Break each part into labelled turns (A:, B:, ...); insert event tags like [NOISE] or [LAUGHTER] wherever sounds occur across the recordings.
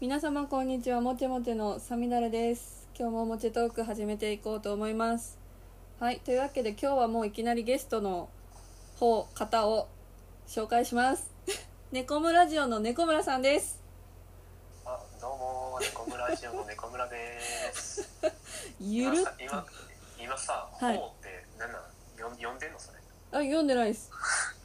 A: 皆様こんにちはもてもてのサミダレです今日ももてトーク始めていこうと思いますはいというわけで今日はもういきなりゲストの方方を紹介します [LAUGHS] 猫村ラジオの猫村さんです
B: あ、どうも、猫村ラジオの猫村です。
A: [LAUGHS] ゆ
B: 今
A: る
B: さ、今、今さ、
A: はい
B: ほうって、なんなん、よん、呼んでんの、それ。
A: あ読んでないです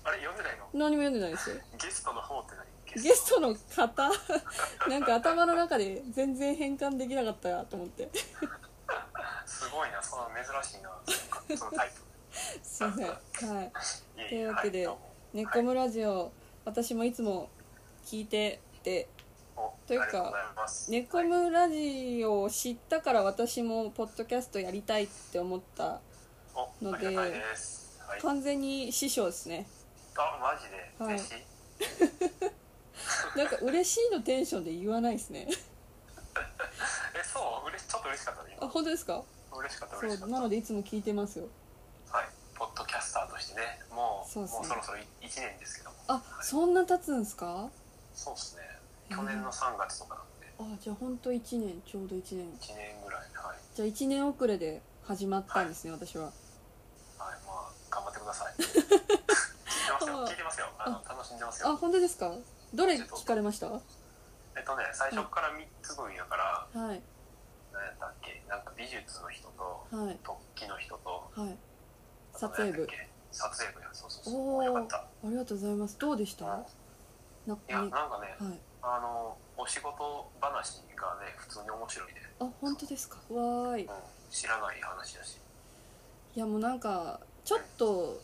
B: あれ、呼んでないの。
A: 何も読んでないですよ
B: ゲストのほうって何。
A: ゲストの方 [LAUGHS] なんか頭の中で全然変換できなかったと思って
B: すごいな、その珍しいな、そのタイ
A: [LAUGHS]
B: プ。
A: すいませんはい
B: いえいえ
A: というわけで
B: はどうも
A: 猫村ラジオ私もいつも聞いてて
B: お
A: というか
B: ありがとうございます
A: 猫
B: はい
A: 村ラジオを知ったから私もポッドキャストやりたいって思った
B: お、
A: の
B: あ
A: で
B: りがたいです。はい。
A: 完全に師匠ですね
B: あ、マジで、
A: はい
B: 弟子。
A: なんか嬉しいのテンションで言わないですね
B: え、そう、うれし、ちょっと嬉しかったね。
A: [LAUGHS] あ本当ですか
B: 今嬉しかった、嬉し
A: そ
B: か
A: う
B: った。
A: なのでいつも聞いてますよ
B: はい。ポッドキャスターとしてね、もう、
A: そうですね
B: もうそろそろい一年ですけども。
A: あそんな経つんすか
B: そうですね。去年の3月とかなんで。
A: あじゃあ本当1年ちょうど1年
B: 1年ぐらいはい、
A: じゃあ1年遅れで始まったんですね私は
B: はい、まあ頑張ってく
A: [LAUGHS]
B: ださい聞いてますよ聞いてますよあの楽しんでます
A: あ
B: よ
A: 本当ですかどれ聞かれましたは
B: えっとね最初から3つ分やから、
A: い
B: なん、何やったっけなんか美術の人と
A: はい
B: 突起の人と
A: はい
B: あと
A: 撮影部
B: 何やったっけ撮影部やそうそうそう
A: おー
B: よかった
A: ありがとうございますどうでした
B: うん
A: ない
B: やな
A: は
B: んかね、
A: い
B: あのお仕事話がね普通に面白いね、
A: あ本当ですかわーい
B: うん、知らない話だし
A: いやもうなんかちょっと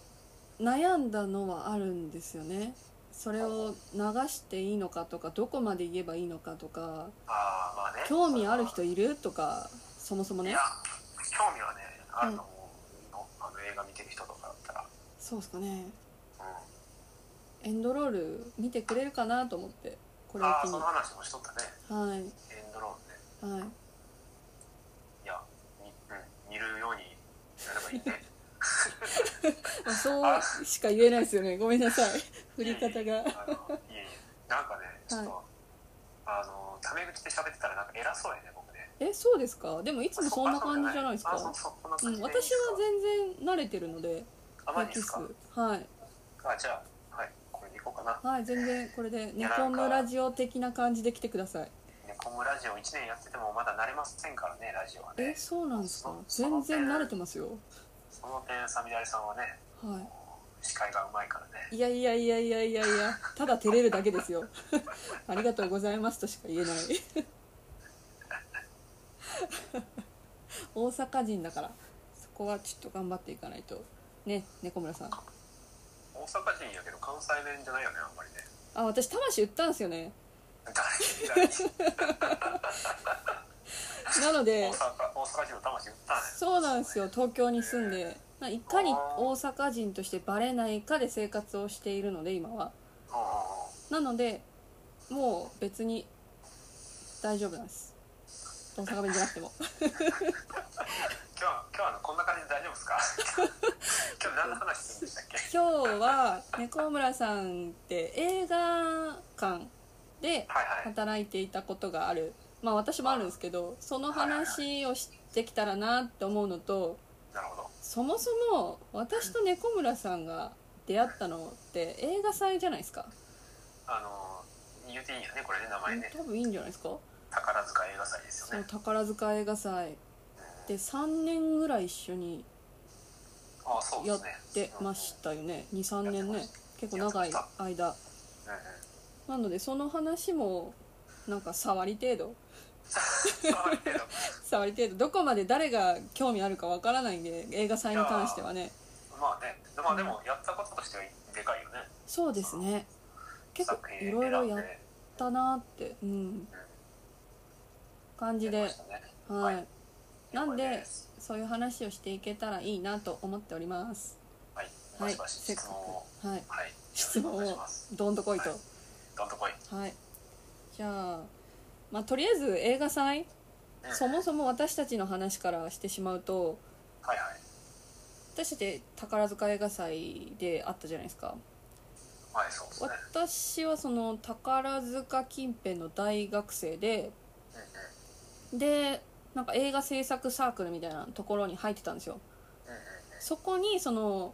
A: 悩んだのはあるんですよねそれを流していいのかとかどこまで言えばいいのかとか
B: ああまあね
A: 興味ある人いるとかそもそも
B: い
A: ね
B: や興味はねあると思うの、あの映画見てる人とかだったら
A: そうですかね
B: うん
A: エンドロール見てくれるかなと思ってこれを
B: ああ
A: 機
B: そ
A: に
B: の話もしとったね
A: はい
B: エンドロールね
A: はい
B: いやみ、うん、見るようにやればいいね
A: まあそうしか言えないですよねごめんなさい [LAUGHS] 振り方が
B: あのいえいえなんかねちょっと、あのタメ口で喋ってたらなんか偉そうやね僕ね
A: えそうですかでもいつもそんな感じじゃないです
B: あそう
A: か
B: そうこんな
A: う
B: 感
A: ん
B: じでいいんで
A: 私
B: す
A: は
B: か、
A: 全然慣れてるので
B: あマジですか
A: 平気っすはい
B: あじゃあはいこれでいこうかな
A: はい全然これで
B: や
A: 猫村ラジオ的な感じで来てください
B: 猫村ラジオ1年やっててもまだ慣れませんからねラジオは
A: え
B: ね
A: そうなんですか
B: そ
A: 全然慣れてますよ
B: その点サミダレさんはね
A: は
B: 司会がうまいからね
A: いいやいやいやいやいやいやただ照れるだけですよ [LAUGHS] ありがとうございますとしか言えない大阪人だからそこはちょっと頑張っていかないとね猫村さん
B: 大阪人やけど関西弁じゃないよねあんまりね
A: あ私魂売ったんですよね
B: 誰誰
A: なので
B: 大阪大阪人の魂売ったね
A: そうなんですよ東京に住んでないかに大阪人としてバレないかで生活をしているので今は
B: うんうんうん
A: なのでもう別に大丈夫なんです大阪弁じゃなくても [LAUGHS]
B: 今日は今日はこんな感じで大丈夫ですか
A: [LAUGHS]
B: 今日何の話するんでしたっけ
A: 今日は猫村さんって映画館で
B: はいはい
A: 働いていたことがあるまあ私もあるんですけどその話をしてきたらなって思うのと
B: なるほど
A: そもそも私と猫村さんが出会ったのって映画祭じゃないですか
B: あの言うていいんやねこれね名前ね
A: 多分いいんじゃないですか
B: 宝塚映画祭です
A: そ
B: よ
A: う
B: ね
A: 宝塚映画祭で3年ぐらい一緒に
B: ああそうで
A: やっ
B: すね
A: てましたよね23年ね結構
B: やって
A: 長
B: ま
A: い
B: した
A: 間
B: うんうん
A: なのでその話もなんか触り程度
B: そうだけど
A: 触り程度どこまで誰が興味あるかわからないんで映画祭に関してはね
B: [LAUGHS] まあねまあでもやったこととしてはでかいよね
A: そうですね結構
B: 作
A: い
B: 品
A: ろいろ
B: 選ん
A: やっ
B: で
A: たなってうん感じ
B: やり
A: で
B: ましたね
A: は
B: はい
A: なん
B: 了解
A: ですそういう話をしていけたらいいなと思っております
B: はい
A: は
B: バ
A: い
B: シバシ
A: せっ
B: 質
A: か
B: 問を
A: くはい
B: はい
A: 質問
B: お願いし
A: を
B: ます
A: どんとこいと
B: はどんとこい
A: はいじゃあまあとりあえず映画祭
B: うん
A: そもそも私たちの話からしてしまうと
B: はいはい
A: 私たち宝塚映画祭であったじゃないですか
B: はいそうですね
A: 私はその宝塚近辺の大学生で
B: うん
A: でなんか映画制作サークルみたいなところに入ってたんですよ
B: うんうんうん
A: そこにその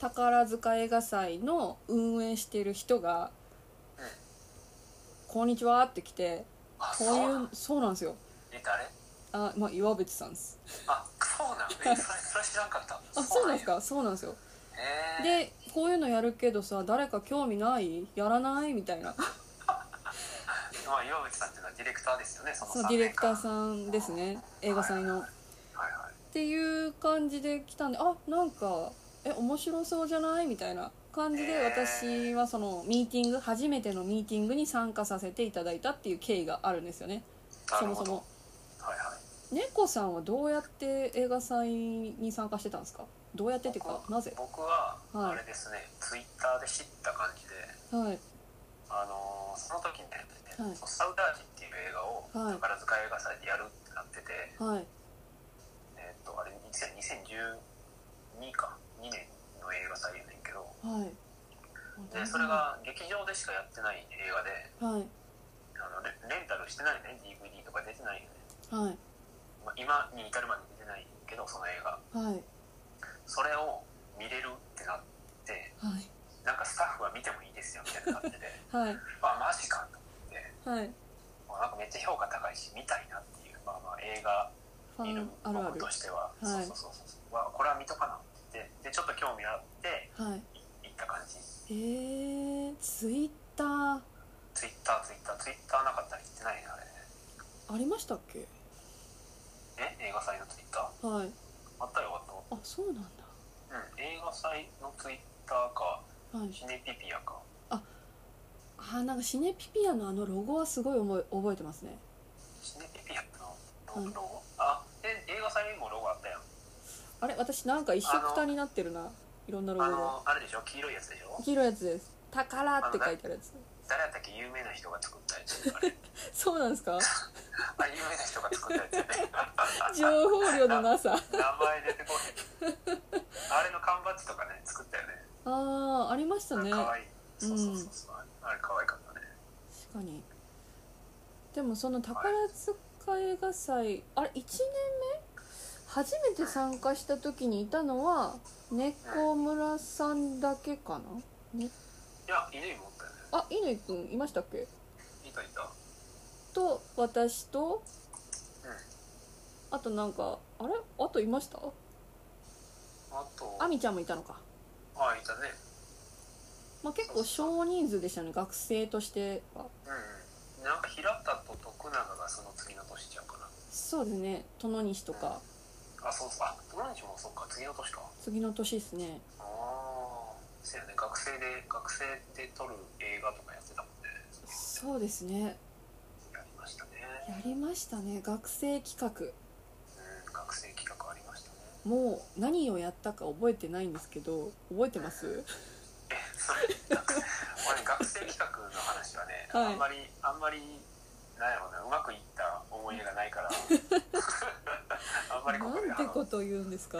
A: 宝塚映画祭の運営してる人が
B: うんうん
A: 「こんにちは」って来て
B: あ
A: こ
B: そう
A: う
B: ないの
A: うそうなんですよ
B: え誰
A: あまあ岩渕さんです
B: あそうなのえそれそれ知らんかった
A: [LAUGHS] あそうなんです
B: か
A: かそうなんですよ
B: へえ
A: でこういうのやるけどさ誰か興味ないやらないみたいな
B: まあ岩渕さんっていうのはディレクターですよねその
A: そ
B: 3
A: のディレ
B: 年
A: クタ
B: 間
A: ーさんですね映画祭の。っ
B: はいはい
A: ていう感じで来たんであなんかえ面白そうじゃないみたいな感じで
B: へー
A: 私はそのミーティング初めてのミーティングに参加させていただいたっていう経緯があるんですよね
B: な
A: そ
B: る
A: も
B: ほ
A: そ
B: ど
A: も
B: はいはい
A: 猫さんはどうやって映画祭に参加してたんですかどうやってっていうかなぜ
B: 僕は
A: はい
B: あれですね、ツイッターで知った感じで
A: はい
B: あのーその時ね、
A: はい
B: サウダージっていう映画を
A: はい
B: 宝塚映画祭でやるってなってて、
A: はい
B: えっとあれ2012か2年の映画祭やねんけど
A: はい
B: でそれが劇場でしかやってない映画で
A: はい
B: あのレレンタルしてないね DVD とか出てないよ
A: は
B: ね、
A: い
B: まあ、今に至るまで出てないけどその映画
A: はい
B: それを見れるってなって
A: はい
B: なんかスタッフは見てもいいですよみたいになってて [LAUGHS]
A: はい
B: あマジかと思
A: は
B: って
A: い
B: まあなんかめっちゃ評価高いし見たいなっていう、まあ、まあ映画
A: ファ
B: 見る
A: ンあるあ
B: 僕
A: る
B: としては
A: はい
B: そうそうそうそう、わこれは見とかなってでちょっと興味あって
A: はい
B: い行った感じ
A: えー、ツイッター
B: ツイッターツイッターツイッターなかったら行ってないねあれ
A: ありましたっけ
B: ねえ映画祭のツイッター
A: はい
B: あったらよか
A: あ
B: っ
A: そうなんだ
B: たうん映画祭のツイッターか
A: はい
B: シネピピアか
A: あなんかシネピピアのあのロゴはすごい思い覚えてますね
B: シネピピアの
A: うん
B: ロロゴ、あえ映画祭にもロゴあったやん
A: あれ私なんか一緒くたになってるないろんなロ
B: あ
A: ゴ
B: のあれでしょ黄色いやつでしょ
A: で黄色いやつです「宝」って書いてあるやつ
B: 誰やったっけ有名な人が作ったやつあれ
A: そうなんですか
B: あ有名な人が作ったやつやね
A: 情報量のなさ
B: [LAUGHS] 名前出てこへんあれの缶バッジとかね作ったよね
A: あーありましたね
B: か
A: 確
B: わいいそうそうそうそう、あれかわいかったね
A: かにでもその宝塚映画祭あれ1年目初めて参加した時にいたのは猫村さんだけかない
B: や犬持ったよね
A: あ乾くんいましたっけ
B: いたいた
A: と私と
B: うん
A: あとなんかあれあといました
B: あと
A: あみちゃんもいたのか、
B: あいたね
A: まあ、結構少人数でしたね学生としては
B: うんなんか平田と徳永がその次の年ちゃうかな
A: そうですね殿西とか
B: あそうそうあ友達もそっか次の年か
A: 次の年ですね
B: ああそうやね学生で学生で撮る映画とかやってたもんね
A: そうですね
B: やりましたね
A: やりましたね学生企画
B: うん学生企画ありましたね [LAUGHS]
A: もう何をやったか覚えてないんですけど覚えてます
B: えそれ学生俺学生企画の話はね、
A: はい
B: あんまりあんまりなんやろうなうまくいった思い出がない
A: [LAUGHS]
B: からあんま
A: な
B: りここで
A: んて
B: あの
A: こと言うん
B: [LAUGHS]
A: ですか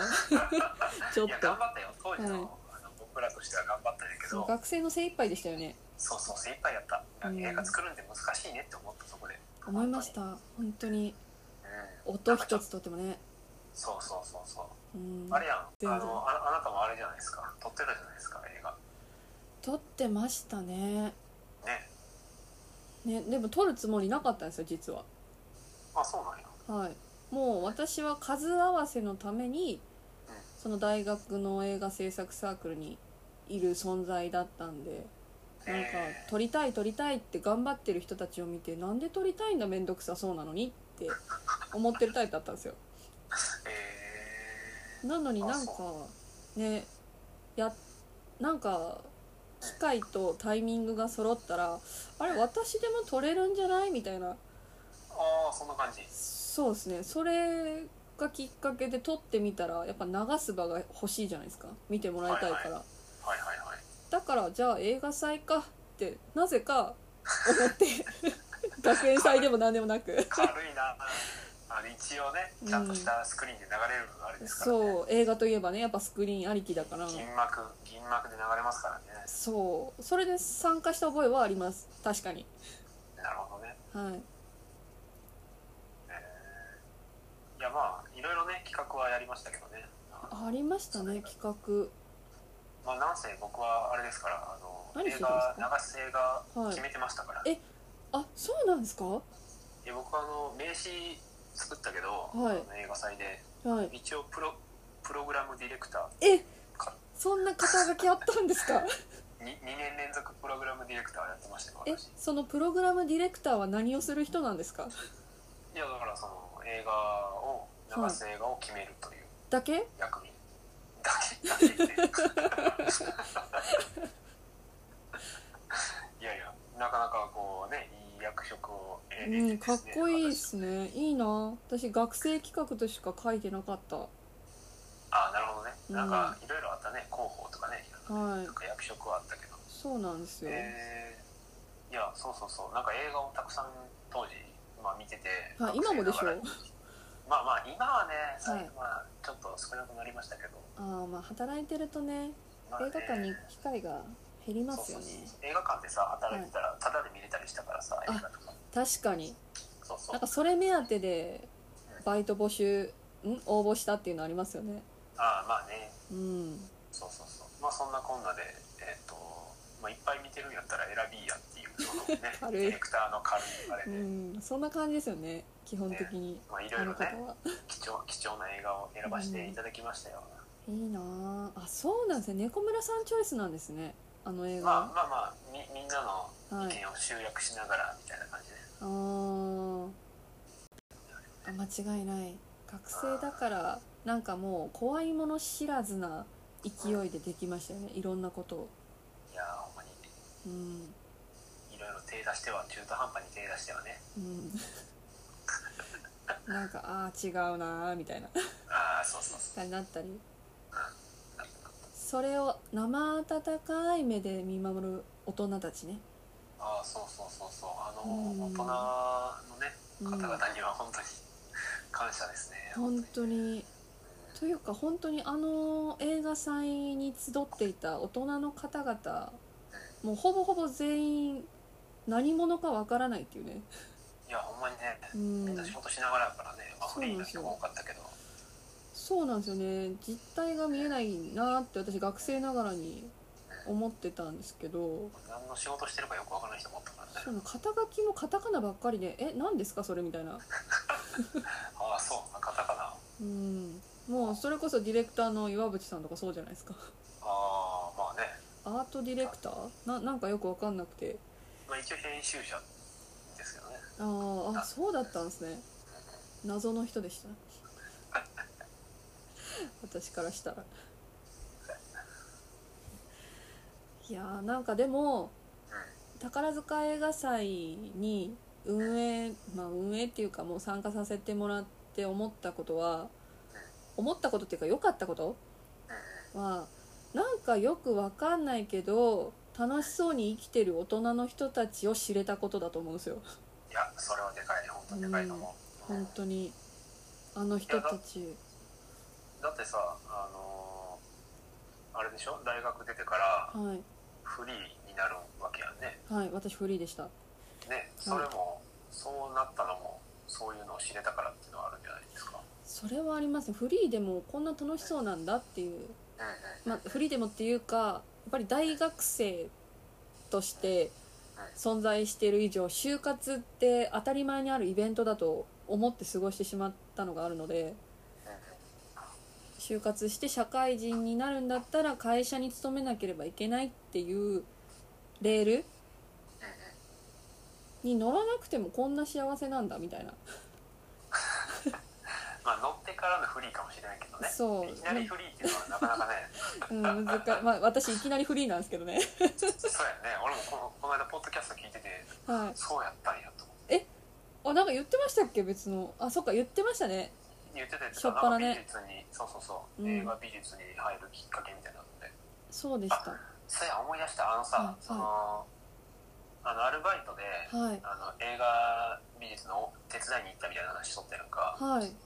A: ちょっ
B: いや
A: と
B: 頑張ったよ当時
A: はい
B: の,、あの僕らとしては頑張ったんやけ
A: そ
B: ど
A: う学生の精一杯でしたよね
B: そうそう精一杯やった
A: うん
B: 映画作るんで難しいねって思ったそこで
A: 思いました本当に
B: 本当
A: 音
B: にうんなんかちょ
A: 一
B: っと
A: つとってもね
B: そうそうそうそう
A: うん
B: あれやんあ
A: 全然
B: のああなたもあれじゃないですか撮ってたじゃないですか映画
A: 撮ってましたね
B: ね
A: ねでも撮るつもりなかったんですよ実は
B: あそうなんや
A: はい、もう私は数合わせのために
B: うん
A: その大学の映画制作サークルにいる存在だったんでなんか
B: へ
A: 撮りたい撮りたいって頑張ってる人たちを見てなんで撮りたいんだ面倒くさそうなのにって思ってるタイプだったんですよ
B: ええ
A: なのになんか
B: あ
A: ねやなんか機会とタイミングが揃ったらあれ私でも撮れるんじゃないみたいな
B: ああそんな感じ
A: そうですねそれがきっかけで撮ってみたらやっぱ流す場が欲しいじゃないですか見てもらいたいから、
B: はいはいはい
A: [LAUGHS]
B: はい
A: だからじゃあ映画祭かってなぜか思って学園祭でも何でもなく
B: 軽いなあで一応ねちゃんとしたスクリーンで流れるのがあれですから、ね
A: そう映画といえばねやっぱスクリーンありきだから
B: 銀幕銀幕で流れますからね
A: そうそれで参加した覚えはあります確かに
B: なるほどね
A: はい
B: いやまあいろいろね企画はやりましたけどね
A: ありましたね企画
B: まあなんせ僕はあれですからあの
A: 何して
B: 映
A: たんです
B: 画
A: か
B: 流す映画決めてましたから、
A: いえあそうなんですかはい
B: や僕はあの名刺作ったけど、
A: はい
B: あの映画祭で
A: い
B: 一応プロプログラムディレクタ
A: え
B: か
A: そんな肩書きあったんですか
B: ー 2, 二年連続プログラムディレクターやってましたよ
A: え
B: 私
A: そのプログラムディレクターは何をする人なんですか
B: いやだからその映画を流す映画を決めるという
A: だけ
B: 役目だけ
A: [LAUGHS]
B: だけっていやいやなかなかこうねいい役職を得て
A: うん
B: で
A: かっ
B: すね
A: こいいで
B: 私
A: すねいいな私学生企画としか書いてなかった
B: あなるほどね
A: うん
B: なんかいろいろあったね広報とかねいろいろ
A: はい
B: なんか役職はあったけど
A: そうなんですよ、
B: えー、いやそうそうそうなんか映画をたくさん当時、まあ、見てて、
A: はい今もでしょ
B: 学生ながらまあまあ今はね、
A: はい
B: 最近はちょっと少なくなりましたけど、
A: ああまあ働いてるとね
B: まあね
A: 映画館に行く機会が減りますよね
B: そうそうそう映画館でさ働いてたら、タダで見れたりしたからさ映画とか
A: 確かに
B: そうそ
A: な
B: うん
A: かそれ目当てでバイト募集ん応募したっていうのありますよね
B: ああまあね
A: うん
B: そうそうそうまあそんなこんなでえっ、とまあ、いっぱい見てるんやったら選びいやっていうその
A: [LAUGHS]
B: ね
A: 軽い
B: ディレクターの軽いあれ
A: う
B: で、
A: んそんな感じですよね基本的に
B: まあいろ
A: あ
B: いろ
A: の方
B: ね
A: は
B: 貴重貴重な映画を選ばせていただきましたよ、
A: いいなああそうなんですね猫村さんチョイスなんですねあの映画
B: まあ
A: は
B: まあまあみみんな
A: い
B: の意見を集約しながらみたいな感じで、
A: あーあ間違いない学生だからなんかもう怖いもの知らずな勢いでできましたよねいろんなことを
B: い、やーほんまに
A: うん、 [LAUGHS]
B: いろいろ手出しては中途半端に手出してはね
A: うん、なんかああ違うなーみたいな
B: ああそうそうそう
A: 感じになったりそれを生温かい目で見守る大人たちね、
B: ああそうそうそうそうあの
A: うん
B: 大
A: う
B: 人のね
A: ん、
B: 方々には本当に [LAUGHS] 感謝ですね
A: 本
B: に
A: 当にというか本当にあの映画祭に集っていた大人の方々もうほぼほぼ全員何者かわからないっていうね
B: いやほんまにね
A: う
B: みん
A: ん
B: な仕事しながらやからね、まあ、
A: そ
B: フ
A: うな
B: リ
A: ん
B: ーの
A: ですよ
B: 人が多かったけど
A: そうなんですよね実態が見えないなって私学生ながらに思ってたんですけど
B: 何の仕事してるかよくわからない人もおったから
A: そ
B: ね
A: の肩書きもカタカナばっかりで「え何ですかそれ」みたいな
B: ああそうカタカナ
A: うんもうそれこそディレクターの岩渕さんとかそうじゃないですか
B: ああまあね、
A: アートディレクターななんかよくわかんなくて
B: まあ、一応編集者ですけどね
A: あーあそうだったんですね謎の人でした私からしたらいやーなんかでも
B: うん
A: 宝塚映画祭に運営まあ運営っていうかもう参加させてもらって思ったことは思ったことっていうか良かったこと
B: うんうん
A: はなんかよくわかんないけど楽しそうに生きてる大人の人たちを知れたことだと思うんですよ
B: いや、それはでかいね、本当にでかいと思う。
A: 本当にあの人たち
B: だってさ、あのーあれでしょ、大学出てから
A: はい
B: フリーになるわけやんね。
A: はい私フリーでした
B: ね、それも、そうなったのも、そういうのを知れたからっていうのはあるんじゃないですか。
A: それはありますねフリーでもこんな楽しそうなんだっていう
B: うんうん。
A: まあフリーでもっていうかやっぱり大学生として存在している以上就活って当たり前にあるイベントだと思って過ごしてしまったのがあるので就活して社会人になるんだったら会社に勤めなければいけないっていうレールに乗らなくてもこんな幸せなんだみたいな
B: まあ、乗ってからのフリーかもしれないけどね。
A: そう
B: いきなりフリーっていうのはなかなかね、 [LAUGHS]
A: うん、難しい。まあ、私いきなりフリーなんですけどね。
B: そうやね。俺もこのこの間、ポッドキャスト聞いてて、
A: はい。
B: そうやったんやと思って。
A: あ、なんか言ってましたっけ、別の。あ、そっか、言ってましたね。
B: 言ってたやつ
A: しょっぱ
B: が、
A: ら
B: 美
A: ね
B: 術に、そうそうそう、
A: うん
B: 映画美術に入るきっかけみたいなので。
A: そうでした。
B: そうや思い出したあ
A: はい
B: の
A: は
B: さ
A: い
B: そのあのアルバイトで
A: はい。
B: あの映画美術の定手伝いに行ったみたいな話しとったやんか
A: はい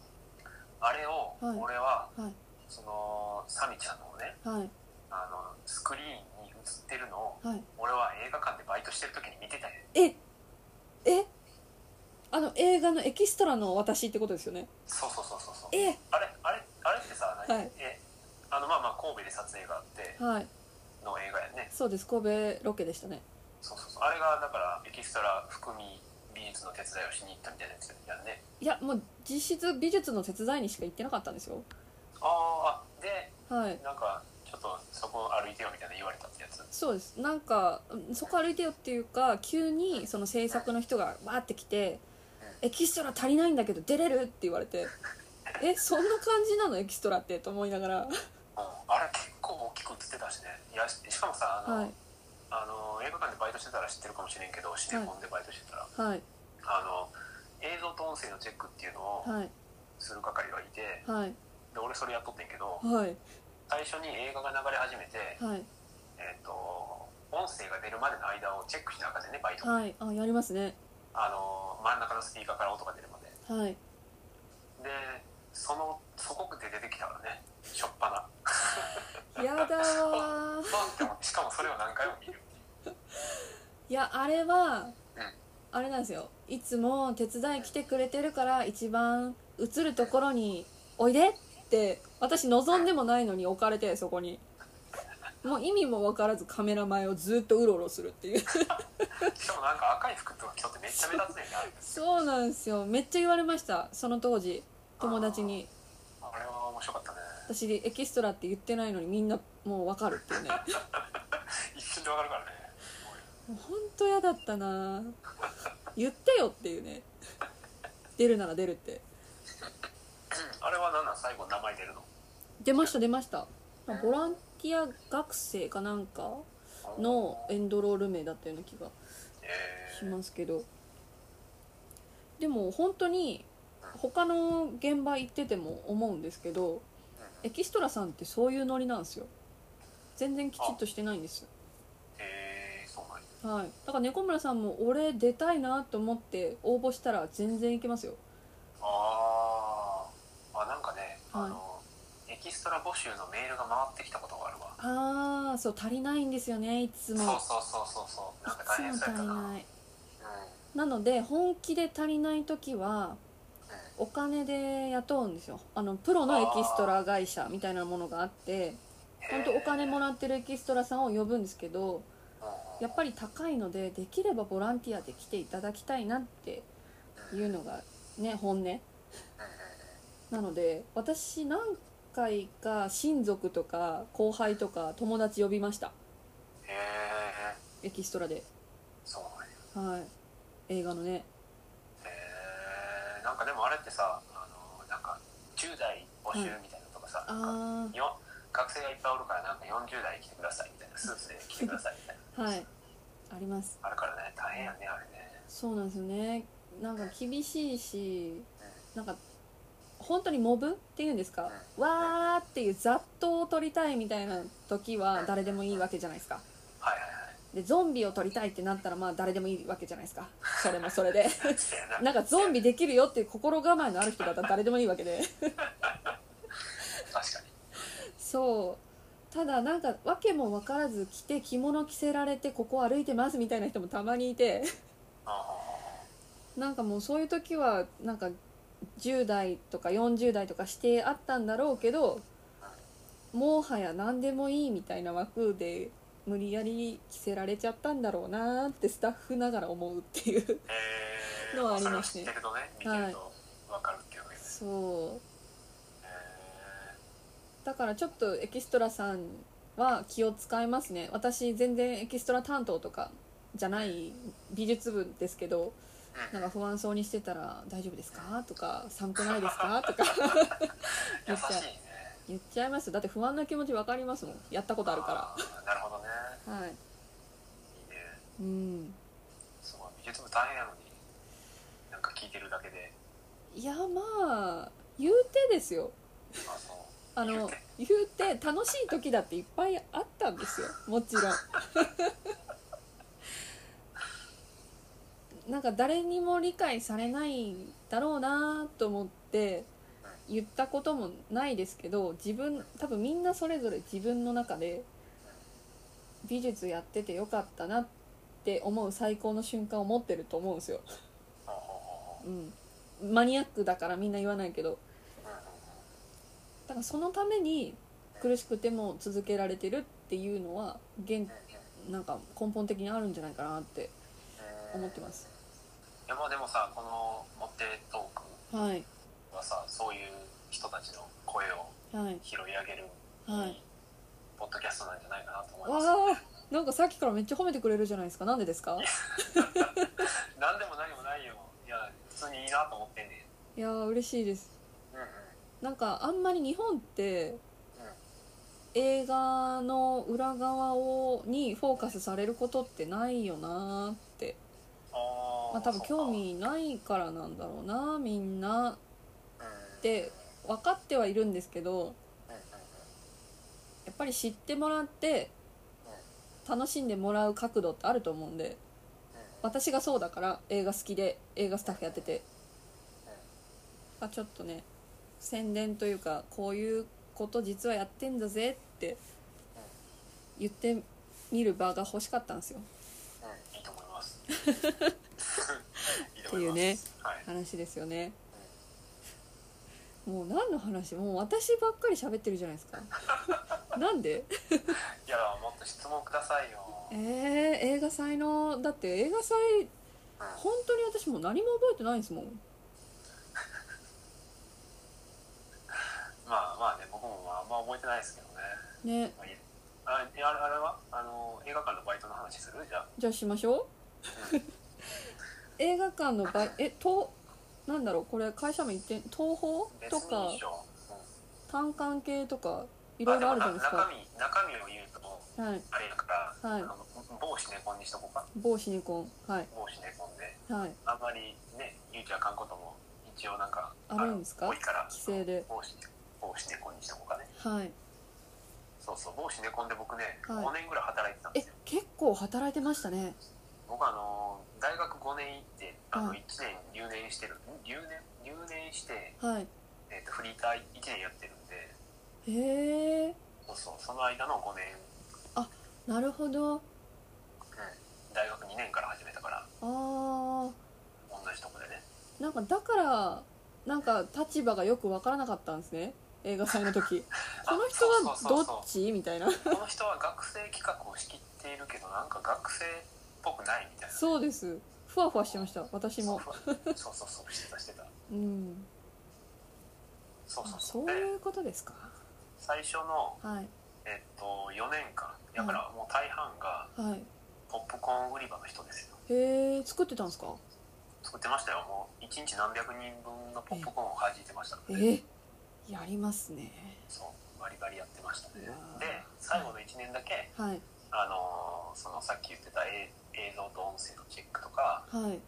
B: あれを
A: はい
B: 俺は、
A: はい
B: そのサミちゃんのね
A: はい
B: あのスクリーンに映ってるのを
A: はい
B: 俺は映画館でバイトしてる時に見てたんや
A: ええあの映画のエキストラの私ってことですよね
B: そうそうそうそうそう
A: え
B: あれあれあれってさ、何
A: はい
B: えあのまあまあ神戸で撮影があって
A: はい
B: の映画やね
A: そうです神戸ロケでしたね
B: そうそうそうあれがだからエキストラ含み美術の手伝いをしに行ったみたいなやつやんね
A: いやもう実質美術の手伝いにしか行ってなかったんですよ
B: あーあで
A: はい
B: なんかちょっとそこ歩いてよみたいな言われたってやつ
A: そうですなんかうんそこ歩いてよっていうか急にその制作の人がバーって来て「エキストラ足りないんだけど出れる?」って言われて「えそんな感じなのエキストラって」と思いながら
B: うんあれ結構大きく映ってたしねいやししかもさあの、
A: はい
B: あの映画館でバイトしてたら知ってるかもしれんけどシネコンでバイトしてたら、
A: はい
B: あの映像と音声のチェックっていうのを
A: はい
B: する係がいて、
A: はい
B: で俺それやっとってんけど
A: はい
B: 最初に映画が流れ始めて、
A: はい
B: えっ、と音声が出るまでの間をチェックしなあかんねんねバイト、
A: はいあやりますね
B: あの真ん中のスピーカーから音が出るまで
A: はい
B: でそのそこで出てきたからねしょっ
A: [LAUGHS]
B: ぱな
A: やだー
B: バンってもしかもそれを何回も見る
A: いやあれは
B: うん
A: あれなんですよいつも手伝い来てくれてるから一番映るところにおいでって私望んでもないのに置かれてそこにもう意味も分からずカメラ前をずっとうろうろするっていう
B: しかもなんか赤い服とか着とってめっちゃ目立つねんな
A: そうなんですよめっちゃ言われましたその当時友達に
B: あれは面白かったね
A: 私エキストラって言ってないのにみんなもう分かるっていうね
B: 一瞬でわかるからねすごい
A: もうほんと嫌だったな言ってよっていうね出るなら出るって
B: うんあれは何なん最後名前出るの
A: 出ました出ましたボランティア学生かなんかのエンドロール名だったような気が
B: え
A: し
B: ー、
A: ますけどでも本当に他の現場行ってても思うんですけどエキストラさんってそういうノリなんですよ全然きちっとしてないんです
B: えー、そうなんや
A: よはいだから猫村さんも俺出たいなと思って応募したら全然いけますよ
B: あーあなんかね、
A: はい
B: あのエキストラ募集のメールが回ってきたことがあるわ
A: ああそう足りないんですよねいつもい
B: そうそうそうそうそうなんか大変
A: つ
B: そ
A: も
B: う
A: 足
B: やった
A: り
B: なうん
A: ないなので本気で足りない時はお金で雇うんですよあのプロのエキストラ会社みたいなものがあって
B: へー
A: 本当お金もらってるエキストラさんを呼ぶんですけど
B: うん
A: やっぱり高いのでできればボランティアで来ていただきたいなっていうのがね本音
B: うんうん
A: なので私何回か親族とか後輩とか友達呼びました
B: へえ
A: エキストラで
B: そうなんや
A: はい映画のね
B: へえなんかでもあれってさあのなんか10代募集みたいなのとかさ、なんか
A: あ
B: よ学生がいっぱいおるからなんか40代来てくださいみたいなスーツで来てください
A: [LAUGHS]
B: みたいな
A: あはいあります
B: あるからね大変やねあれね
A: そうなんですよねなんか厳しいし
B: うん
A: なんか本当にモブっていうんですかわーっていう雑踏を取りたいみたいな時は誰でもいいわけじゃないですか
B: はいはいはい
A: でゾンビを取りたいってなったらまあ誰でもいいわけじゃないですかそれもそれ [LAUGHS] で
B: そうやな
A: なんかゾンビできるよっていう心構えのある人だったら誰でもいいわけで
B: 確かに
A: そうただなんか訳も分からず着て着物着せられてここ歩いてますみたいな人もたまにいて
B: ああ
A: なんかもうそういう時はなんか10代とか40代とかしてあったんだろうけどもはや何でもいいみたいな枠で無理やり着せられちゃったんだろうなーってスタッフながら思うっていう
B: えー
A: のはありますね
B: それを知ってるとね見てると分かるっていうわけです、
A: そう
B: え
A: だからちょっとエキストラさんは気を使いますね私全然エキストラ担当とかじゃない美術部ですけど
B: ーう
A: なん
B: ん
A: か不安そうにしてたら「大丈夫ですか?」とか「寒くないですか?」とか言
B: 優
A: っちゃう
B: しいね
A: 言っちゃいますだって不安な気持ち分かりますもんやったことあるか
B: あーなるほどね
A: らはい
B: いいね
A: うん
B: すごい美術部大変やのになんか聞いてるだけで
A: いやまあ言うてですよ
B: あそう
A: あ
B: 言う
A: の
B: て
A: 言うて楽しい時だっていっぱいあったん [LAUGHS] ですよもちろんなんか誰にも理解されないんだろうなと思って言ったこともないですけど自分多分みんなそれぞれ自分の中で美術やっててよかったなって思う最高の瞬間を持ってると思うんですよ、
B: ほうほうほうほう
A: うん、マニアックだからみんな言わないけど
B: うんうん
A: だからそのために苦しくても続けられてるっていうのは現なんか根本的にあるんじゃないかなって
B: うん
A: 思ってます
B: いやまあでもさこの「持ってトーク
A: はい」
B: はさそういう人たちの声を
A: はい
B: 拾い上げる
A: はい
B: ポッドキャストなんじゃないかなと思い
A: わ
B: ます
A: あなんかさっきからめっちゃ褒めてくれるじゃないですかなんでですか
B: 何でも何もないよいや普通にいいなと思ってんね
A: いやー嬉しいです
B: んうんうん
A: なんかあんまり日本って
B: うん
A: 映画の裏側をにフォーカスされることってないよなーって
B: あー
A: まあ多分
B: そうか
A: 興味ないからなんだろうなみんな
B: うん
A: で分かってはいるんですけど
B: うんうん
A: やっぱり知ってもらって楽しんでもらう角度ってあると思うんで
B: うんうん
A: 私がそうだから映画好きで映画スタッフやっててあちょっとね宣伝というかこういうこと実はやってんだぜって言ってみる場が欲しかったんですよ
B: うんうんいいと思い
A: [LAUGHS]
B: ますいいと
A: って
B: [LAUGHS] 思い
A: い
B: ま
A: う
B: す
A: ね
B: はい
A: 話ですよねもう何の話もう私ばっかり喋ってるじゃないですかなんで
B: いやもっと質問くださいよ
A: えー、映画祭のだって映画祭本当に私もう何も覚えてないんですもん
B: まあまあね僕もまああんま覚えてないですけどね
A: ね
B: まあいいあいやあれあれはあの映画館のバイトの話するじゃあ
A: じゃあしましょう映画館の場合えとなんだろうこれ会社名言って東宝 [LAUGHS]
B: 別
A: と
B: に
A: か
B: いいでしょうん
A: 単管系とかい
B: い
A: ろいろあるじゃないです
B: 中
A: か
B: 身中身を言うと
A: はい
B: あれだから、
A: はい
B: あの某シネコンにしとこうか
A: 某シネコンはい
B: 某シネコンで
A: はい
B: あんまりねゆうちゃんかんことも一応なんか
A: あるんですか
B: 多いから
A: 規制で
B: 某シネ某シネコンにしとこうかね
A: はい
B: そうそう某シネコンで僕ね、
A: はい
B: 5年ぐらい働いてたんで
A: え
B: すよ
A: 結構働いてましたね
B: 僕あの大学5年行ってあの
A: は
B: 1年留年してるん留年留年して、
A: はい
B: えー、とフリーター1年やってるんで
A: へえ
B: そうそうその間の5年、
A: なるほど
B: うん、大学2年から始めたから
A: あ
B: 同じとこでね
A: ーなんかだからなんか立場がよく分からなかったんですね映画祭の
B: [LAUGHS]
A: 時この人
B: あ
A: は
B: そうそ
A: ど
B: うそうそう
A: っちみたいな
B: この人は学生企画を仕切っているけどなんか学生っぽくないみたいな
A: そうですふわふわしてました私も
B: そうそうそうしてたしてた
A: うん
B: そう
A: あ
B: そう
A: そ
B: そう
A: う
B: で
A: いうことですか
B: 最初の、
A: はい
B: えっと、4年間だからもう大半が
A: はい
B: ポップコーン売り場の人ですよ
A: へえ作ってたんですか
B: 作ってましたよもう1日何百人分のポップコーンを弾いてましたので
A: えやりますね
B: そうバリバリやってましたね
A: うわー
B: で最後の1年だけ、
A: はい
B: あのーそのさっき言ってた映映像と音声のチェックとか
A: はい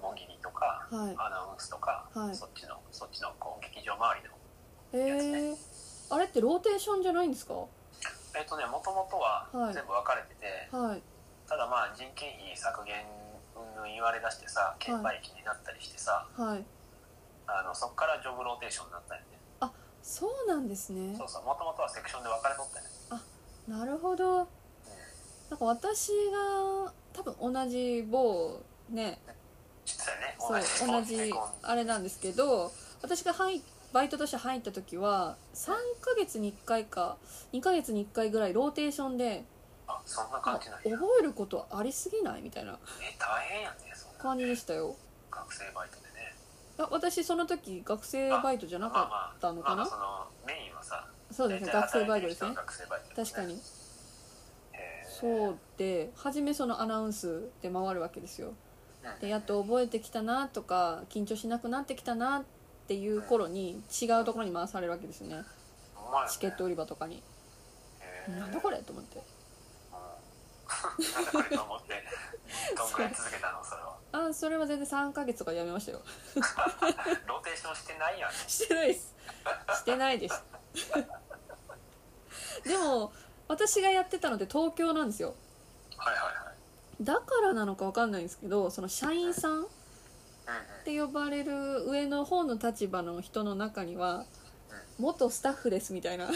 B: もぎりとか
A: はい
B: アナウンスとか、
A: はい
B: そっちのそっちのこう劇場周りの
A: へえあれってローテーションじゃないんですか
B: えっ、とねもともとは
A: はい
B: 全部分かれてて、
A: はい
B: ただまあ人件費削減の言われだしてさ券売機になったりしてさ、
A: はい
B: あのそこからジョブローテーションになったよね
A: そうなんですね
B: そうそうもともとはセクションで分かれとったよね、
A: なるほど
B: うん、
A: なんか私が多分同じ某ね
B: 実際ね
A: そう同じ
B: 同
A: あれなんですけど私が入っバイトとして入った時は3ヶ月に1回か2ヶ月に1回ぐらいローテーションで
B: あそんな
A: な
B: 感
A: んか
B: じなんや
A: 覚えることありすぎないみたいな
B: え大変やねそんな
A: 感じでしたよ
B: 学生バイトでね
A: あ私その時学生バイトじゃなかったのか
B: まあ
A: な
B: まあそのメインはさ
A: そうですね学生バイトですね
B: 大体働いてる人は学生バイト
A: 確かに
B: へー
A: そうで初めそのアナウンスで回るわけですよ
B: うん
A: でやっと覚えてきたなとか緊張しなくなってきたなっていう頃に違うところに回されるわけですよね
B: ほんまやね
A: チケット売り場とかに
B: へー
A: なんだこれと思って
B: うん [LAUGHS] なんだこれと思ってどんぐらい続けたのそれは
A: あそれは全然3ヶ月とかやめましたよ
B: ローテーションしてないや
A: [LAUGHS]
B: ん
A: してないですしてないです [LAUGHS] でも私がやってたのって東京なんですよ
B: はいはいはい
A: だからなのかわかんないんですけどその社員さんっ
B: うんうん
A: て呼ばれる上の方の立場の人の中には元スタッフですみたいな
B: いる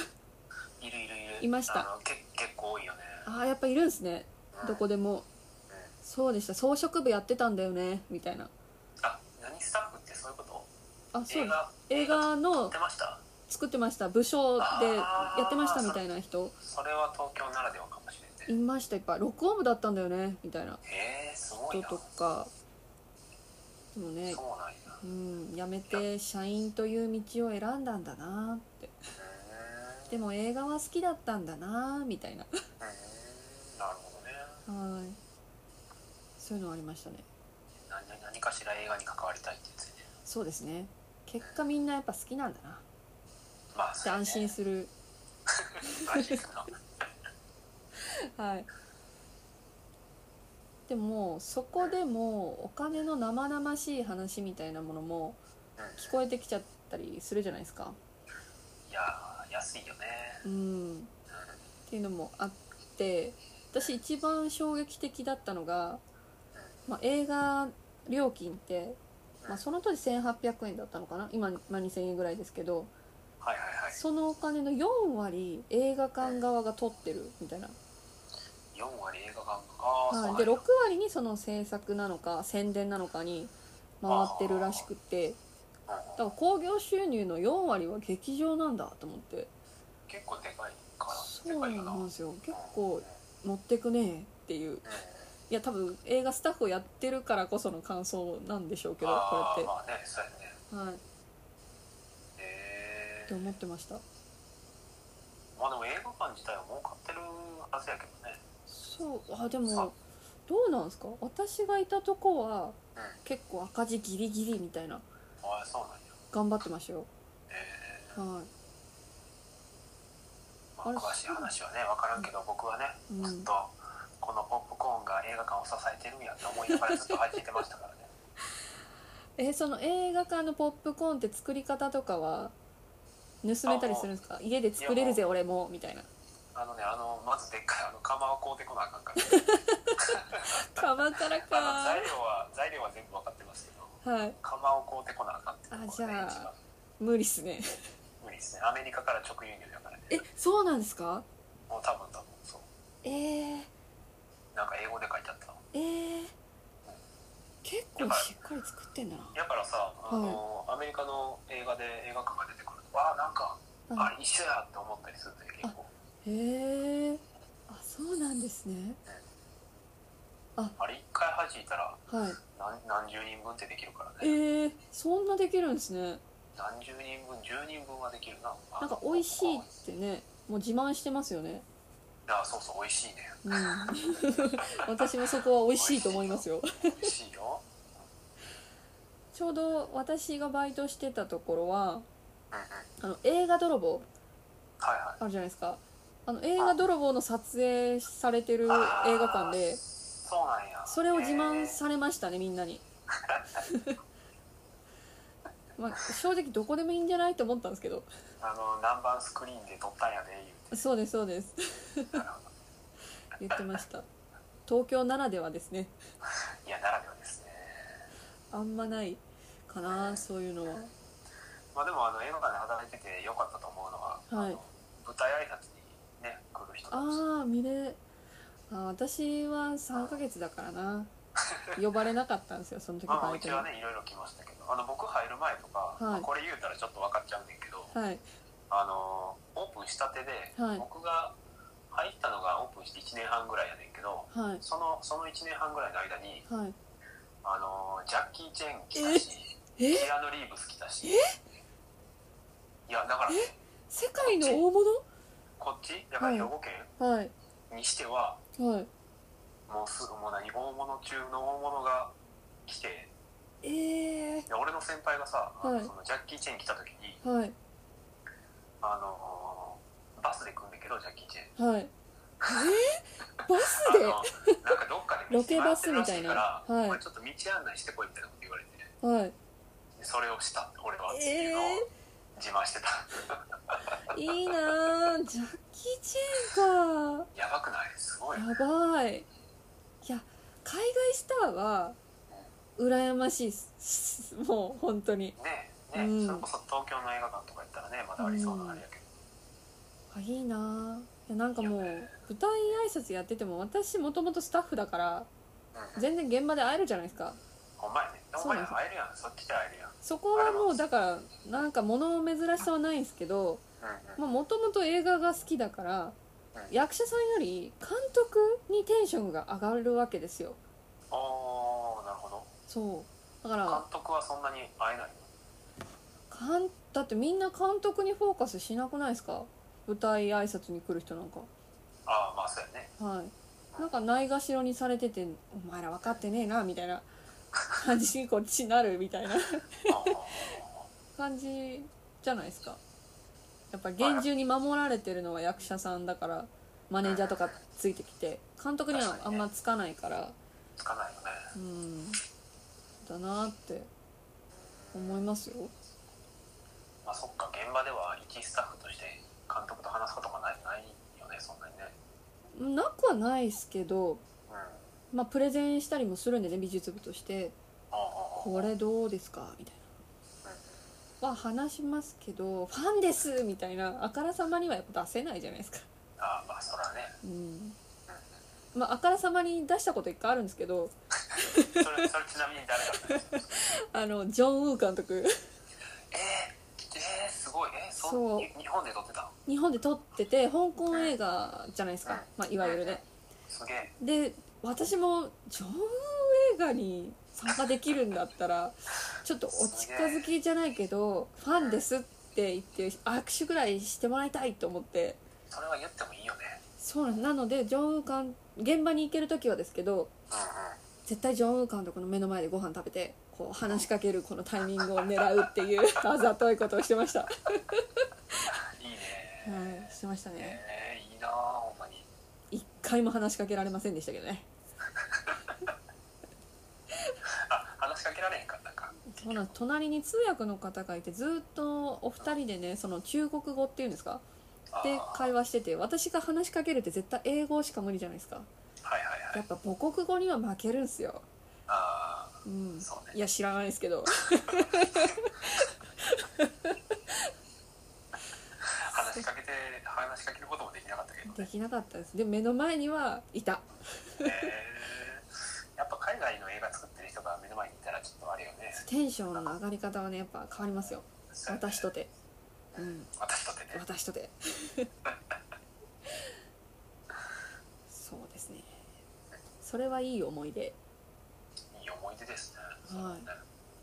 B: いるいる
A: いました
B: あのけ結構多いよね
A: ああやっぱいるんですね
B: うん
A: どこでも
B: うん
A: そうでした装飾部やってたんだよねみたいな
B: あ何スタッフってそういうこと
A: あそう
B: 映画
A: 映画
B: 撮
A: の
B: ってました
A: 作ってました部署でやってましたみたいな人
B: それは東京ならではかもしれ
A: い
B: んね
A: ましたいっぱい録音部だったんだよねみたいな
B: へえすごい
A: 人と
B: な
A: かでもね
B: そうなんや
A: うん辞めて社員という道を選んだんだなって
B: うーん
A: でも映画は好きだったんだなみたいな
B: うーんなるほどね
A: はいそういうのありましたね
B: 何何かしら映画に関わりたいってやつね
A: そうですね結果みんなやっぱ好きなんだな
B: まあ
A: っ
B: そ
A: て
B: うね
A: 安心する
B: 安心する
A: [LAUGHS]
B: な
A: はいでもそこでもお金の生々しい話みたいなものも
B: うん
A: 聞こえてきちゃったりするじゃないですか
B: いやー安いよね
A: うんっていうのもあって私一番衝撃的だったのが、まあ、映画料金って、まあ、その当時1800円だったのかな今、まあ、2000円ぐらいですけど
B: はいはいはい
A: そのお金の4割映画館側が取ってるみたいな、
B: 4割映画館ああ、
A: はい、
B: そう
A: で
B: な
A: 6
B: んや
A: 割にその制作なのか宣伝なのかに回ってるらしくてだから興行収入の4割は劇場なんだと思って
B: 結構でかいから
A: そう
B: でかいよな
A: なん
B: うん
A: ですよ結構持ってくねえっていういや多分映画スタッフをやってるからこその感想なんでしょうけど
B: あ
A: こ
B: あ
A: れって、
B: まあねそうやね
A: はい、っ
B: え
A: て思ってました
B: まあでも映画館自体は儲かってるはずやけどね
A: そうあで
B: あ
A: もどうなんですか私がいたとこは
B: うん
A: 結構赤字ギリギリみたいな
B: ああそうなんや
A: 頑張ってましたよ
B: ええ
A: はい
B: まあ、
A: あれ
B: 詳しい話はね分からんけど僕はね、
A: うん
B: ずっとこのポップコーンが映画館を支えてるんやって思いながらずっと弾いてましたからね [LAUGHS]
A: えその映画館のポップコーンって作り方とかは盗めたりするんですか家で作れるぜ俺もみたいな
B: あのねあのまずでっかいあの釜を買うてこなあかんから、
A: 釜から
B: あの材
A: か
B: 料は材料は全部分かってますけど
A: はい
B: 釜を買うてこなあかんってとこ
A: あ
B: ろがね
A: じゃあ
B: 一番
A: 無理っすね
B: 無理ですねアメリカから直輸入だからね
A: えそうなんですか
B: もう多分多分そう
A: えー、
B: なんか英語で書いてあったの
A: えー、結構しっかり作ってんだな
B: だからさあの、アメリカの映画で映画館が出てくるとわあなんか
A: はい
B: あ一緒やって思ったりするんだけど結構
A: へえあそうなんですね
B: あれ一回弾いたら
A: はい
B: 何何十人分ってできるから
A: え
B: ね
A: ー、そんなできるんですね
B: 何十人分10人分はできるな
A: なんか美味しいってねもう自慢してますよね
B: あそうそう美味しいね
A: うん [LAUGHS] 私もそこは美味しいと思いますよ
B: 美味しい
A: [LAUGHS]
B: よ
A: ちょうど私がバイトしてたところは
B: うんうん
A: あの映画泥棒
B: はいはい
A: あるじゃないですかあの映画泥棒の撮影されてる映画館で
B: そうなんや
A: それを自慢
B: へ
A: されましたねみんなに [LAUGHS] まあ正直どこでもいいんじゃないと思ったんですけど
B: えあの何番スクリーンで撮ったんやで
A: そうですそうです
B: 言うてなるほど
A: 言ってました東京ならではですね
B: いやならではですね
A: あんまないかなそういうのは
B: まあでもあの映画館で働いててよかったと思うのは、
A: はい
B: あの舞台挨拶にね来る人たち
A: ああ見れあー私は3ヶ月だからな呼ばれなかったんですよその時
B: まあまあ
A: バ
B: う
A: イトに
B: ちはねいろいろ来ましたけどあの僕入る前とか、
A: い
B: まあこれ言うたらちょっと分かっちゃうねんけど、
A: はい
B: あのオープンしたてで、
A: はい
B: 僕が入ったのがオープンして1年半ぐらいやねんけど
A: はい
B: そのその1年半ぐらいの間に
A: はい
B: あのジャッキー・チェン来たし
A: え
B: キアヌ・リーブス来たしいやだからね
A: 世界の大物
B: こっちだから
A: はい
B: 兵庫県
A: はい
B: にしては、
A: はい
B: もうすぐもう何大物中の大物が来て
A: ええ
B: で俺の先輩がさ、あの
A: はい
B: そのジャッキー・チェン来た時に
A: ー、はい
B: あのバスで来んねんけどジャッキー・チェン
A: はいえー、バス
B: あ
A: で
B: のなんかどっかで道迷ってる
A: ロケ
B: らしから
A: バスみたいなはい
B: お前ちょっと道案内してこいみたいなこと言われて
A: はい
B: でそれをした俺はってい
A: え
B: うのを自慢してた、
A: ー、いいなージャッキー・チェンか
B: やばくないすごい
A: やばいいや海外スターは羨ましいっすもう本当に
B: ねえねえ、
A: うん
B: それこそ東京の映画館とか行ったらねまだありそうなあれやけど、
A: あいいなあいやなんかもう舞台挨拶やってても私もともとスタッフだから
B: うん
A: 全然現場で会えるじゃないですか
B: ほんまやねほんまや会えるやんそっちで会えるやん
A: そこはもうだからなんか物珍しさはないんですけど
B: うんうん、
A: もともと映画が好きだから
B: うん、
A: 役者さんより監督にテンションが上がるわけですよ
B: おーなるほど
A: そうだから
B: 監督はそんなに会えない
A: かんだってみんな監督にフォーカスしなくないですか舞台挨拶に来る人なんか
B: ああまあそうやね
A: はいなんかないがしろにされてて「お前ら分かってねえな」みたいな感じにこっちになるみたいな
B: あー
A: 感じじゃないですかやっぱ厳重に守られてるのは役者さんだからマネージャーとかついてきて監督にはあんまつかないから
B: つかないよね [LAUGHS]
A: うんだなって思いますよ
B: まあそっか現場では一スタッフとして監督と話すことがないないよねそんなにね
A: なくはないですけど
B: うんあ
A: まあ、プレゼンしたりもするんでね美術部として
B: あ
A: 「
B: あ
A: これどうですか?」みたい
B: あ
A: なは話しますけど「ファンです!」みたいなあからさまにはやっぱ出せないじゃないですか、
B: ああまあそらね
A: うんまあ、あからさまに出したこと一回あるんですけど
B: それ [LAUGHS] それちなみに誰だったの
A: あのジョン・ウー監督
B: えー、えー、すごいえー、そ
A: そう
B: に日本で撮ってたの
A: 日本で撮ってて香港映画じゃないですか、まあ、いわゆるね
B: すげえ
A: で私もジョン・ウー映画に参加できるんだったらちょっとお近づきじゃないけど「ファンです」って言って握手ぐらいしてもらいたいと思って。
B: それは言ってもいいよね
A: そうなんですなのでジョンウー監現場に行ける時はですけど
B: うんうん
A: 絶対ジョンウー監督の目の前でご飯食べてこう話しかけるこのタイミングを狙うっていうあざといことをしてましたはい
B: いね
A: してましたね
B: えー、いいなあほんまに
A: 一回も話しかけられませんでしたけどね
B: あ話しかけられへんかったんか
A: そうなんです隣に通訳の方がいてずっとお二人でねその中国語っていうんですか
B: あー
A: で会話してて私が話しかけるって絶対英語しか無理じゃないですか
B: はいはいは
A: やっ
B: い
A: ぱ母国語には負けるんすよ
B: ああ
A: うん
B: そうね
A: いや知らないですけど
B: 話しかけて話しかけることもできなかったけど
A: できなかったですで目の前にはいた
B: えーやっぱ海外の映画作ってる人が目の前にいたらちょっとあれよね
A: テンションの上がり方はねやっぱ変わりますよ私とてうん
B: 私とってね
A: 私とて [LAUGHS] そうですねそれはいい思い出
B: いい思い出ですね、
A: はい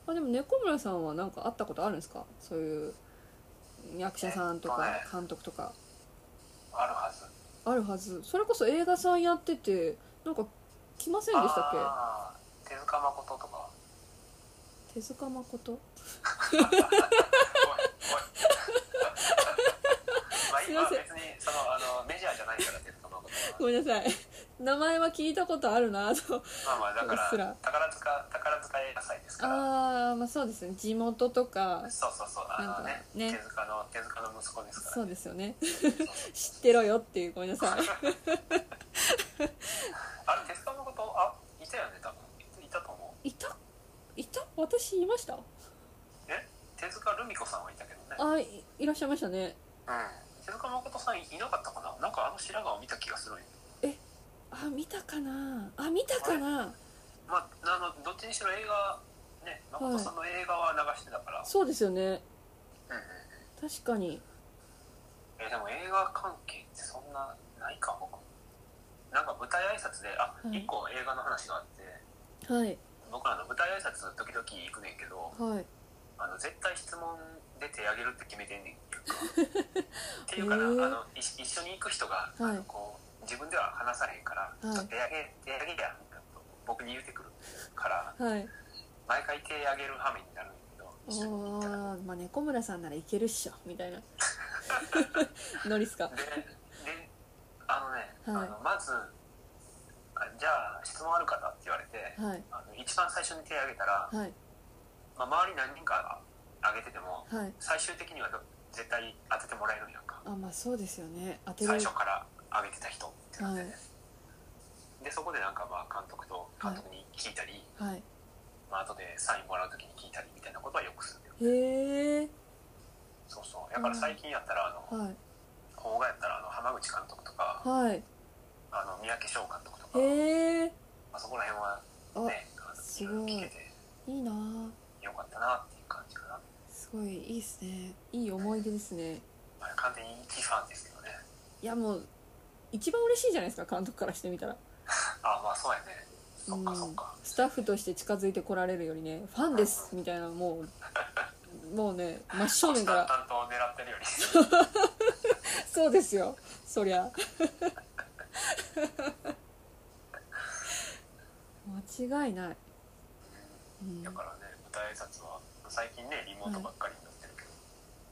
A: あでも猫村さんは何か会ったことあるんですかそういう役者さんと
B: えっと
A: か
B: ね
A: 監督とか
B: あるはず
A: あるはずそれこそ映画さんやっててなんか来ませんでしたっ
B: あー手塚
A: [LAUGHS]
B: 誠とか
A: け手塚誠
B: おいおいまあ
A: すいま
B: 今は
A: せん
B: 別にそのあのメジャーじゃないから手塚誠は
A: ごめんなさい [LAUGHS] 名前は聞いたことあるなと
B: まあまあだか
A: うっすら
B: ら宝塚宝塚映画祭ですから
A: ああまあそうですね地元とか
B: そうそうそうあ
A: なんか
B: のね
A: ね
B: 手塚の手塚の息子ですから
A: そうですよね [LAUGHS]
B: そうそう
A: 知ってろよっていうごめんなさい
B: あれ手塚誠あいたよね多分いたと思う
A: いたいた私いました
B: え手塚ルミ子さんはいたけどね
A: あいいらっしゃいましたね
B: うん手塚誠さんいなかったかななんかあの白髪を見た気がするんよ
A: あ見たかなあ見たかな
B: まああのどっちにしろ映画ね誠さんの映画は流してたから、
A: そうですよね
B: うんうん
A: 確かに
B: えでも映画関係ってそんなないか僕なんか舞台挨拶であ、
A: うん
B: 一個映画の話があって
A: はい
B: 僕らの舞台挨拶時々行くねんけど
A: はい
B: あの絶対質問で手挙げるって決めてん
A: [LAUGHS]
B: ねんやんかっていうかな、
A: へー
B: あのい一緒に行く人が、あ
A: はい
B: のこう自分では話されへんから「
A: はい
B: ちょっと手挙げ手挙げや」と僕に言うてくるから
A: はい
B: 毎回手挙げる羽目になるんやけど
A: あ
B: 一緒に行ったら
A: ーまあ猫村さんならいけるっしょみた [LAUGHS] いなノリっすか
B: でであのね、
A: はい
B: あのまずあ「じゃあ質問ある方」って言われて
A: はい
B: あの一番最初に手挙げたら、
A: はい
B: まあ、周り何人か挙げてても
A: はい
B: 最終的にはど絶対当ててもらえるんやんか
A: あまあそうですよね当てる
B: 最初から挙げてた人ってなって
A: は
B: ね、
A: い
B: でそこでなんかまあ監督と監督に聞いたり、
A: はい
B: まあ後でサインもらう時に聞いたりみたいなことはよくするよ
A: へえ
B: そうそうだから最近やったらあの
A: はい
B: 邦画やったらあの浜口監督とか
A: はい
B: あの三宅翔監督とか、
A: へえ
B: まあ、そこら辺は
A: あ
B: ねあの
A: すごい
B: 聞けて
A: いいなあ
B: よかったなっていう感じかな、
A: すごいいいですねいい思い出ですね
B: まあ、完全に一ファンですけどね
A: いやもう一番嬉しいじゃないですか監督からしてみたら
B: あまあそうやねそっ
A: う
B: か
A: ん
B: そっか、
A: スタッフとして近づいてこられるよりねファンですみたいなもうもうね真正面から
B: 淡々と狙ってるより
A: そうですよそりゃ間違いない、うん、
B: だ
A: あ
B: からね舞台挨拶は最近ねリモートばっかりになってるけ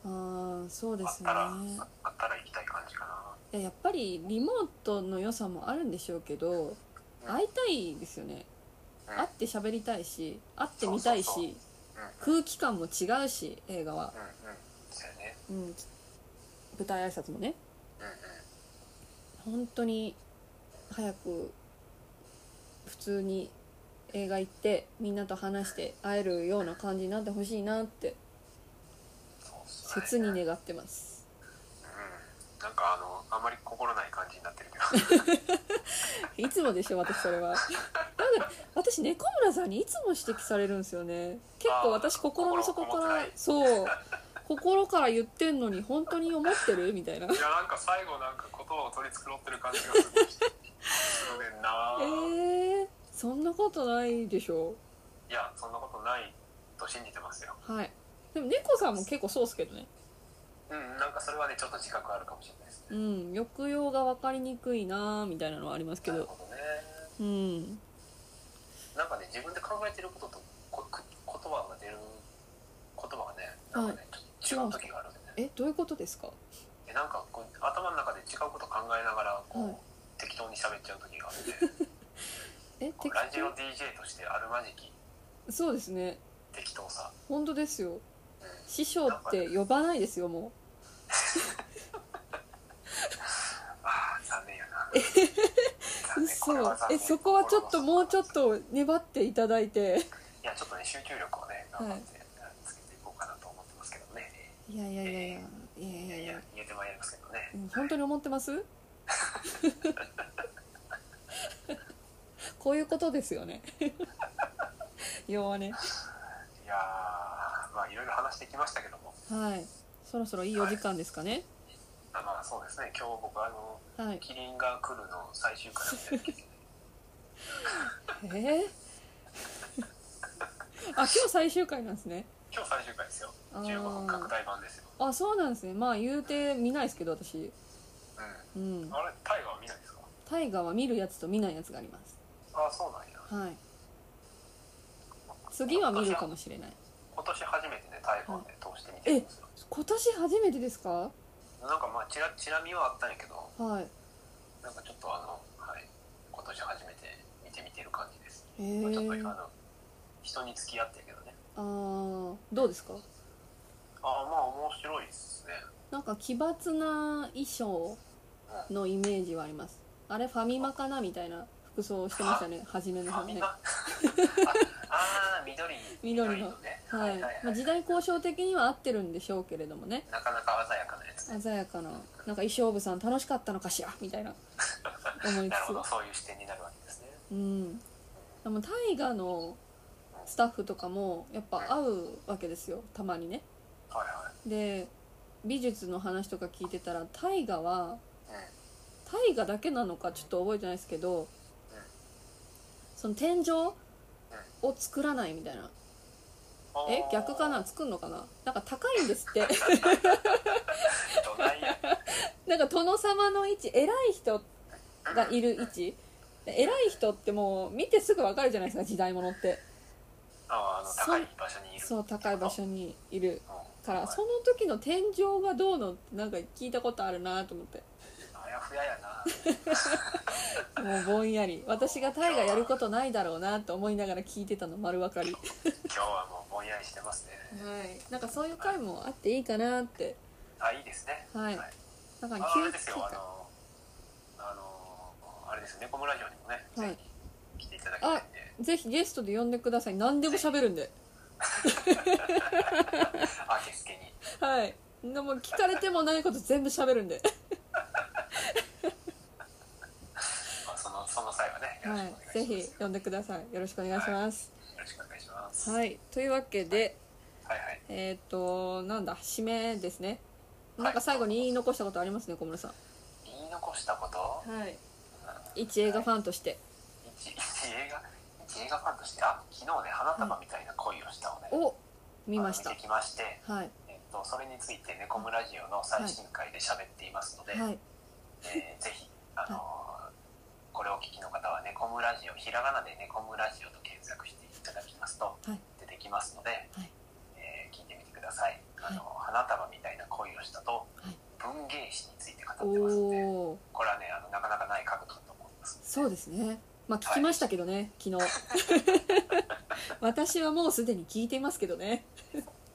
B: ど、
A: ーそうで
B: あっ
A: す
B: た
A: よ
B: ら
A: ね
B: あったら行きたい感じかない
A: ややっぱりリモートの良さもあるんでしょうけど会いたいですよね
B: うん
A: 会って喋りたいし会ってみたい
B: そうそう
A: し
B: うんうん
A: 空気感も違うし映画は、
B: うんそうやね
A: うん、舞台挨拶もね
B: うんうん
A: 本当に早く普通に映画行ってみんなと話して会えるような感じになってほしいなって
B: そうっす
A: 切
B: ね
A: に願ってます
B: うんなんかあのあんまり心ない感じになってるけど
A: いつもでしょ私それはなんか私猫村さんにいつも指摘されるんですよね結構私心の底か
B: 心こもって
A: ら
B: ない
A: そう心から言ってんのに本当に思ってるみた [LAUGHS] いない
B: やなんか最後なんか言葉を取り繕ってる感じがすごいしてすごいねんな
A: [LAUGHS] えー、そんなことないでしょ
B: いやそんなことないと信じてますよ
A: はいでも猫さんも結構そうっすけどね
B: うんなんかそれはねちょっと自覚あるかもしれないですね
A: うん抑揚が分かりにくいなーみたいなのはありますけ
B: なる
A: ど
B: ほどね
A: うん
B: なんかね自分で考えてることとこく言葉が出る言葉がねなんかね、ちょっと違う時があるんでね
A: えどういうことですか
B: えなんかこう頭の中で違うこと考えながらこう、
A: はい
B: 適当に喋っちゃう時があって
A: え
B: こう
A: 適
B: ラジオ DJ としてあるまじき
A: 当そうですね
B: 適当さ、
A: 本当ですよ
B: うん、
A: 師匠って呼ばないですよも
B: ああ残念やな
A: う
B: 残念こ
A: 嘘
B: れは残念
A: えそこはちょっともうちょっ
B: い
A: と粘っていただいて
B: やちょっとね集中力をね
A: はい
B: 頑張ってつけていこうかなと思ってますけどね、
A: いやいやいやいやいやいや
B: いや
A: い
B: い
A: や
B: や言えてまいりますけどね、
A: うん本当に思ってます
B: [LAUGHS]
A: こういうことですよね [LAUGHS] 要はね
B: いやーまあいろいろ話してきましたけども
A: はいそろそろいいお時間ですかね
B: あまあそうですね今日僕あの
A: はい
B: 「キリンが来る」の最終回みたい
A: [LAUGHS]
B: な気がして
A: えー [LAUGHS] あ今日最終回なんですね
B: 今日最終回ですよ
A: あー
B: 15分拡大版ですよ、
A: あそうなんですねまあ言うて見ないですけど私
B: うん、
A: うん
B: あれ大河は見ないですか
A: 大河は見るやつと見ないやつがあります
B: ああそうなんや
A: はい次は見るかもしれない
B: 今年初めてね大河をね通して見てるんですよ
A: 今年初めてですか
B: なんかまあちらちら見はあったんやけど
A: はい
B: なんかちょっとあのはい今年初めて見てみてる感じです、
A: え
B: まあちょっとあ
A: ー、
B: の人に付き合ってるけどね
A: あーどうですか
B: ああまあ面白いですね
A: なんか奇抜な衣装のイメージはありますあれファミマかなみたいな服装をしてましたね初めの
B: あ
A: 方
B: み
A: ね
B: んな [LAUGHS] ああー緑
A: 緑の
B: ね
A: はい、まあ、時代交渉的には合ってるんでしょうけれどもね
B: なかなか鮮やかなやつね
A: 鮮やかななんか衣装部さん楽しかったのかしらみたいな思いつ
B: [LAUGHS] なるほど
A: つ
B: そういう視点になるわけですね
A: うんでも大河のスタッフとかもやっぱ会うわけですよたまにね
B: はいは、
A: で美術の話とか聞いてたら大河はい
B: うん
A: 大河だけなのかちょっと覚えてないですけどその天井を作らないみたいな
B: あー
A: え逆
B: [LAUGHS]
A: かな作んのかななんか高いんですって
B: どないや
A: なんか殿様の位置偉い人がいる位置偉い人ってもう見てすぐ分かるじゃないですか時代物って
B: あーあの高い場所にいる
A: そう高い場所にいる
B: うん
A: から
B: はい
A: その時の天井がどうのってなんか聞いたことあるなと思って
B: あやふややな [LAUGHS]
A: もうぼんやり私がタイがやることないだろうなと思いながら聞いてたの丸分かりは
B: 今日はもうぼんやりしてますね
A: いなんかそういう回もあっていいかなって
B: あいいですね
A: はい
B: はい
A: だから
B: ああれ
A: 9
B: ですよあのあのあれですよね、コムラジオにもね、
A: はい
B: ぜひ来ていただきたいんで、
A: ぜひゲストで呼んでください何でも喋るんで
B: アーティスケに。
A: はいでも聞かれてもないこと全部喋るんで
B: まあ、その、その際はね、よろ
A: は
B: しくお願いします。
A: いぜひ呼んでくださいよろしくお願いします
B: よろしくお願いします。
A: はいというわけで
B: はいはい。
A: えっ、となんだ締めですね
B: はい
A: なんか最後に言い残したことありますね小室さ
B: 言い残したこと、
A: んはい
B: うん
A: 一映画ファンとして
B: 一、一映画、一映画ファンとして、あ、昨日ね、花束みたいな恋をしたをね、
A: を見まし
B: あ
A: た
B: の見てきまして、
A: はい
B: えっと、それについて、ネコムラジオの最新回で喋っていますので、
A: はい
B: えーぜひ、あのーこれをお聞きの方は、ネコムラジオ、ひらがなでネコムラジオと検索していただきますと、
A: はい
B: 出てきますので、
A: はい
B: えー聞いてみてください。あの花束みたいな恋をしたと、
A: はい
B: 文芸誌について語
A: お
B: ってますので、
A: おー
B: これはね、あのなかなかない角度だと思い
A: [LAUGHS]
B: ます。
A: そうですねまあ聞きましたけどね、 [LAUGHS] 昨日私はもうすでに聞いていますけどね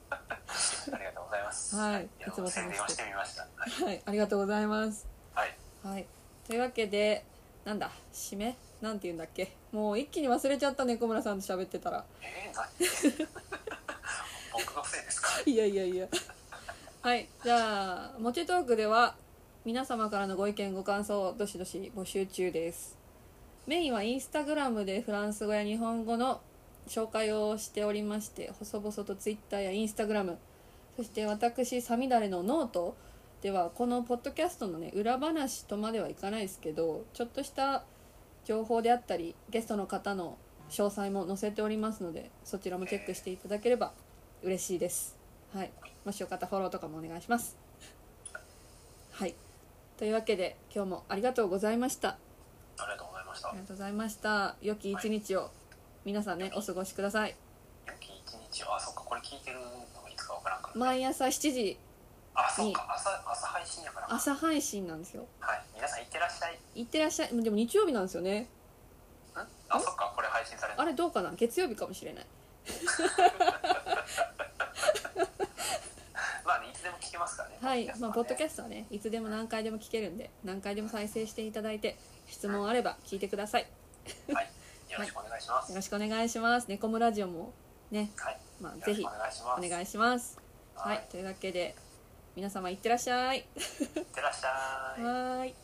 B: ありがとうございます。
A: はい
B: や
A: いつも楽しく
B: 宣伝をしてみました。はい
A: はいありがとうございます
B: はい。
A: はいというわけでなんだ締めなんて言うんだっけもう一気に忘れちゃったね小村さんと喋ってたら
B: えー、何
A: [LAUGHS]
B: 僕のせいですか
A: いやいやいやはいじゃあ「もちトーク」では皆様からのご意見ご感想をどしどし募集中ですメインはインスタグラムでフランス語や日本語の紹介をしておりまして細々とツイッターやインスタグラムそして私サミダレのノートではこのポッドキャストのね裏話とまではいかないですけどちょっとした情報であったりゲストの方の詳細も載せておりますのでそちらもチェックしていただければ嬉しいですはいもしよかったらフォローとかもお願いしますはいというわけで今日もありがとうございました
B: ありがとうございました。
A: あり
B: 良
A: がとうございました良き一日を皆さんねお過ごしください
B: き一日を、あ、そっか、これ聞いてるのがいつかわからんから、
A: 毎朝7時
B: あ、そっか、朝、朝配信やから。
A: 朝配信なんですよ
B: はい、皆さんいってらっしゃい。
A: いってらっしゃいでも日曜日なんですよね
B: んあ、そっか、これ配信される。
A: あれどうかな月曜日かもしれない
B: まあ、ね、いつでも聞けますからね。
A: はい、まあ、ポッドキ
B: ャス
A: ャストはねいつでも何回でも聞けるんで何回でも再生していただいて質問あれば聞いてください
B: トはね。はい、よろしくお願いします。
A: よ
B: は
A: ろ
B: い、
A: しくお願いします猫ムラジオもね、まあ、ぜひ
B: よろしくお願いします。
A: お願いしますはい、
B: はい
A: というわけで皆様いってらっしゃい
B: いってらっしゃい。
A: はーい